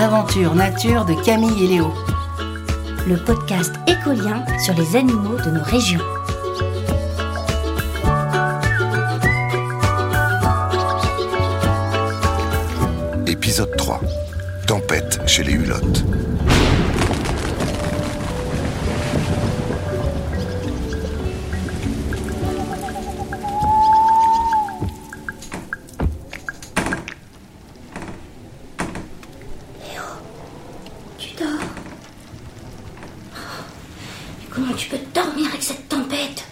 aventures nature de Camille et Léo. le podcast écolien sur les animaux de nos régions. Épisode 3. Tempête chez les Hulottes. Tu dors. Mais comment tu peux dormir avec cette tempête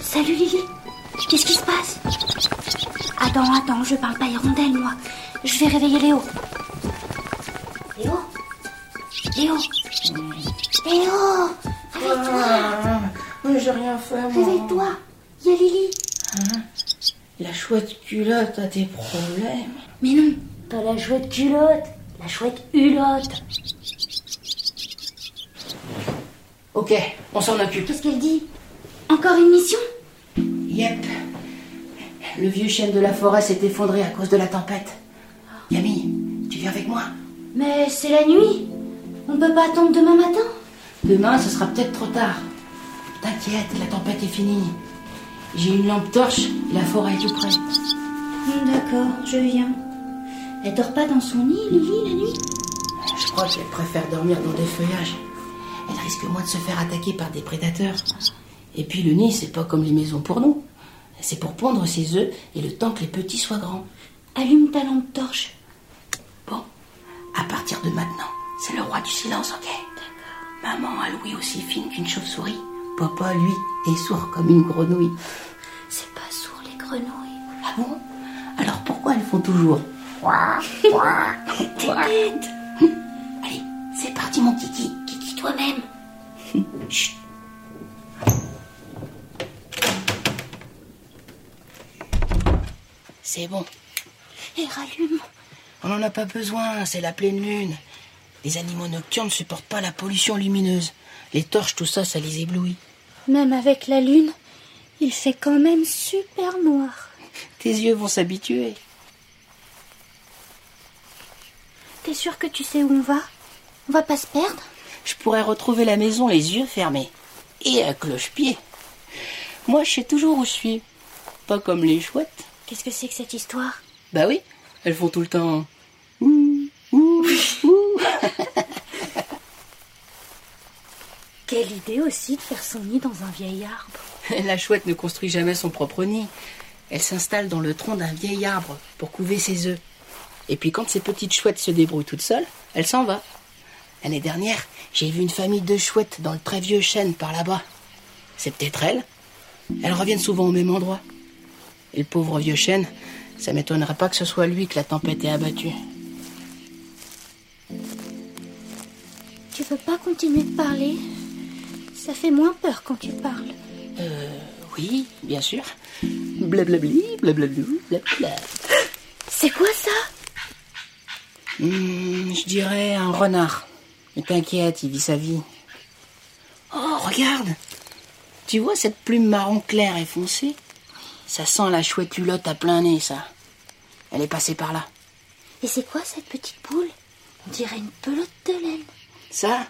Salut Lily. Qu'est-ce qui se passe Attends, attends, je parle pas hirondelle, moi. Je vais réveiller Léo. Léo Léo Léo Mais j'ai rien fait, moi. Réveille-toi Il y a Lily La chouette culotte a des problèmes. Mais non, pas la chouette culotte, la chouette hulotte. Ok, on s'en occupe. Qu'est-ce qu'elle dit Encore une mission Yep. Le vieux chêne de la forêt s'est effondré à cause de la tempête. Yami, tu viens avec moi. Mais c'est la nuit. On peut pas attendre demain matin Demain, ce sera peut-être trop tard. T'inquiète, la tempête est finie. J'ai une lampe torche et la forêt est tout près. D'accord, je viens. Elle dort pas dans son lit, Lily, la nuit Je crois qu'elle préfère dormir dans des feuillages. Elle risque moins de se faire attaquer par des prédateurs. Et puis le nid, c'est pas comme les maisons pour nous. C'est pour pondre ses œufs et le temps que les petits soient grands. Allume ta lampe torche. Bon, à partir de maintenant, c'est le roi du silence, ok Maman a l'ouïe aussi fine qu'une chauve-souris. Papa, lui, est sourd comme une grenouille. C'est pas sourd, les grenouilles. Ah bon Alors pourquoi elles font toujours Ouah, ouah, ouah. Allez, c'est parti, mon kiki. Kiki toi-même. Chut. C'est bon, Et rallume. on n'en a pas besoin, c'est la pleine lune. Les animaux nocturnes ne supportent pas la pollution lumineuse. Les torches, tout ça, ça les éblouit. Même avec la lune, il fait quand même super noir. Tes yeux vont s'habituer. T'es sûr que tu sais où on va On va pas se perdre Je pourrais retrouver la maison les yeux fermés. Et à cloche-pied. Moi, je sais toujours où je suis. Pas comme les chouettes. Qu'est-ce que c'est que cette histoire Bah oui, elles font tout le temps. Ouh, ouh, ouh. Quelle idée aussi de faire son nid dans un vieil arbre. La chouette ne construit jamais son propre nid. Elle s'installe dans le tronc d'un vieil arbre pour couver ses œufs. Et puis quand ces petites chouettes se débrouillent toutes seules, elle s'en va. L'année dernière, j'ai vu une famille de chouettes dans le très vieux chêne par là-bas. C'est peut-être elles. Elles reviennent souvent au même endroit. Et le pauvre vieux chêne, ça m'étonnerait pas que ce soit lui que la tempête ait abattu. Tu peux pas continuer de parler Ça fait moins peur quand tu parles. Oui, bien sûr. Blablabli, blablablou, blabla. C'est quoi ça Hmm, je dirais un renard. Mais t'inquiète, il vit sa vie. Oh, regarde Tu vois cette plume marron clair et foncée Ça sent la chouette hulotte à plein nez, ça. Elle est passée par là. Et c'est quoi cette petite boule On dirait une pelote de laine. Ça,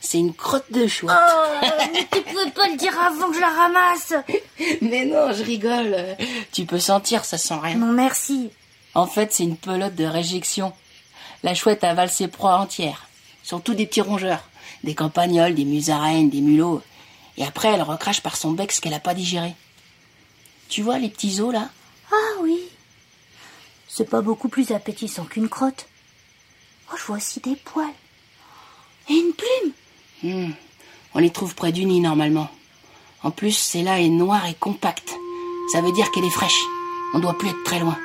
c'est une crotte de chouette. Oh. tu pouvais pas le dire avant que je la ramasse Mais non, je rigole. Tu peux sentir, ça sent rien. Non merci. En fait, c'est une pelote de réjection. La chouette avale ses proies entières. Surtout des petits rongeurs. Des campagnols, des musaraignes, des mulots. Et après, elle recrache par son bec ce qu'elle n'a pas digéré. Tu vois les petits os, là Ah oui. C'est pas beaucoup plus appétissant qu'une crotte. Oh, je vois aussi des poils. Et une plume Hmm. On les trouve près du nid, normalement. En plus, celle-là est noire et compacte. Ça veut dire qu'elle est fraîche. On doit plus être très loin.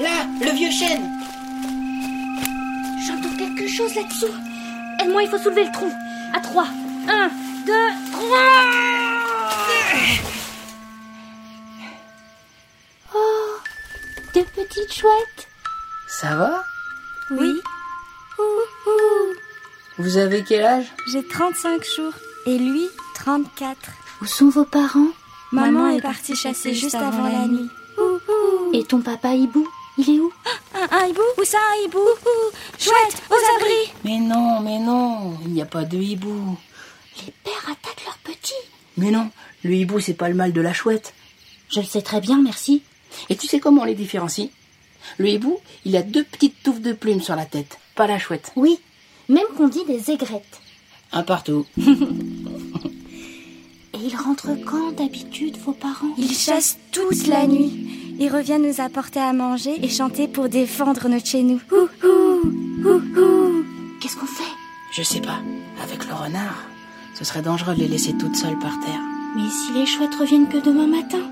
Là, le vieux chêne J'entends quelque chose là-dessous. Aide-moi, il faut soulever le tronc. À trois. Un, deux, trois. Oh, deux petites chouettes. Ça va Oui. Ouh, ouh. Vous avez quel âge J'ai 35 jours et lui 34. Où sont vos parents Maman, est partie chasser juste avant la nuit. Et ton papa hibou Il est où Un, un hibou Où ça, un hibou Chouette, aux abris Mais non, mais non, il n'y a pas de hibou. Les pères attaquent leurs petits. Mais non, le hibou, c'est pas le mal de la chouette. Je le sais très bien, merci. Et tu sais comment on les différencie Le hibou, il a deux petites touffes de plumes sur la tête, pas la chouette. Oui, même qu'on dit des aigrettes. Un partout. Et ils rentrent quand d'habitude, vos parents Ils chassent toute la nuit. Ils reviennent nous apporter à manger et chanter pour défendre notre chez nous. Qu'est-ce qu'on fait Je sais pas, avec le renard, ce serait dangereux de les laisser toutes seules par terre. Mais si les chouettes reviennent que demain matin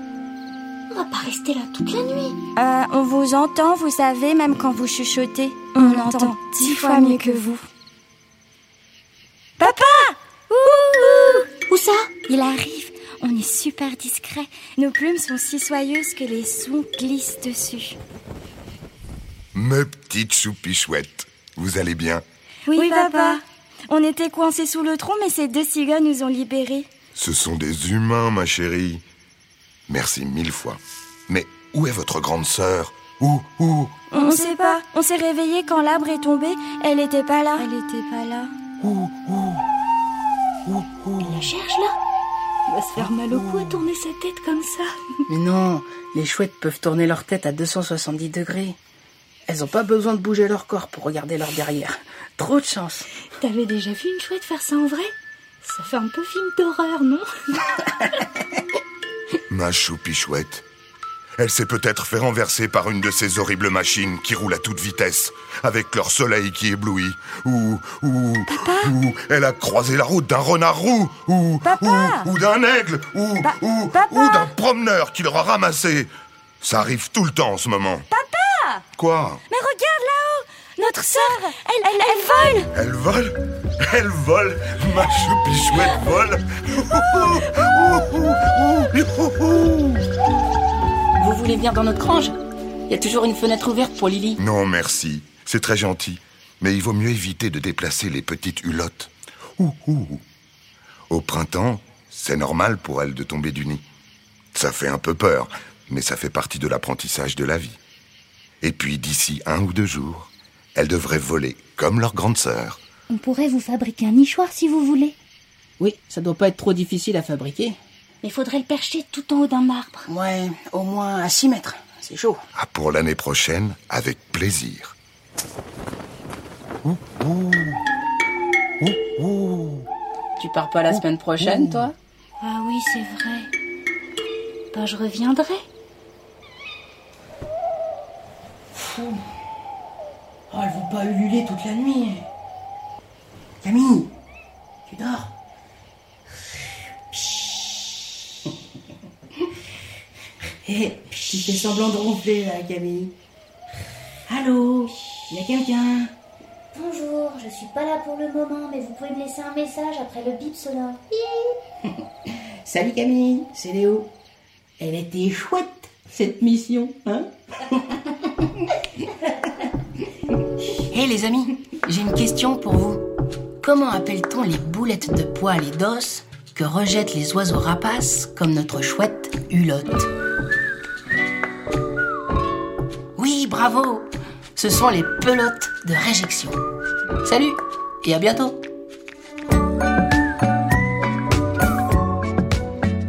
On va pas rester là toute la nuit. Euh, on vous entend, vous savez, même quand vous chuchotez. On, entend dix fois mieux que vous. Papa Où ça Il arrive, on est super discret. Nos plumes sont si soyeuses que les sons glissent dessus. Mes petites choupichouettes, vous allez bien Oui, papa. On était coincés sous le tronc, mais ces deux cigognes nous ont libérés. Ce sont des humains, ma chérie. Merci mille fois. Mais où est votre grande sœur Où Où On sait pas. On s'est réveillés quand l'arbre est tombé. Elle était pas là. Elle était pas là. La cherche là Il va se faire mal au cou à tourner sa tête comme ça. Mais non, les chouettes peuvent tourner leur tête à 270 degrés. Elles n'ont pas besoin de bouger leur corps pour regarder leur derrière. Trop de chance. T'avais déjà vu une chouette faire ça en vrai Ça fait un peu film d'horreur, non Ma choupichouette. Elle s'est peut-être fait renverser par une de ces horribles machines qui roulent à toute vitesse, avec leur soleil qui éblouit, ou, ou, ou elle a croisé la route d'un renard roux, ou, Papa ou, ou d'un aigle, ou, Pa- ou, Papa ou d'un promeneur qui l'aura ramassé. Ça arrive tout le temps en ce moment. Papa Quoi Mais regarde là-haut Notre sœur Elle, elle, elle vole Elle vole Elle vole Ma choupichouette vole Ouh, ouh, ouh, ouh, ouh. Vous voulez venir dans notre grange Il y a toujours une fenêtre ouverte pour Lily. Non, merci. C'est très gentil. Mais il vaut mieux éviter de déplacer les petites hulottes. Ouh, ouh, ouh. Au printemps, c'est normal pour elles de tomber du nid. Ça fait un peu peur, mais ça fait partie de l'apprentissage de la vie. Et puis d'ici un ou deux jours, elles devraient voler comme leur grande sœur. On pourrait vous fabriquer un nichoir si vous voulez. Oui, ça doit pas être trop difficile à fabriquer. Mais faudrait le percher tout en haut d'un arbre. Ouais, au moins à 6 mètres. C'est chaud. Ah, pour l'année prochaine, avec plaisir. Tu pars pas la semaine prochaine, toi Ah oui, c'est vrai. Ben, je reviendrai. Oh, elles vont pas ululer toute la nuit. Camille, tu dors Hé, tu fais semblant de ronfler là, Camille. Allô Il y a quelqu'un Bonjour, je suis pas là pour le moment, mais vous pouvez me laisser un message après le bip sonore. Salut Camille, c'est Léo. Elle était chouette, cette mission, hein Hé les amis, j'ai une question pour vous. Comment appelle-t-on les boulettes de poils et d'os que rejettent les oiseaux rapaces comme notre chouette Hulotte Oui, bravo Ce sont les pelotes de réjection. Salut et à bientôt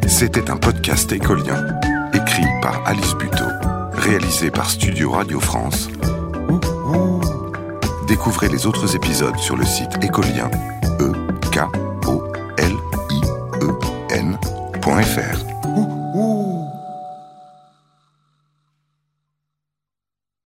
C'était un podcast écolien, écrit par Alice Buteau, réalisé par Studio Radio France. Découvrez les autres épisodes sur le site écolien, e k o l i e n.fr.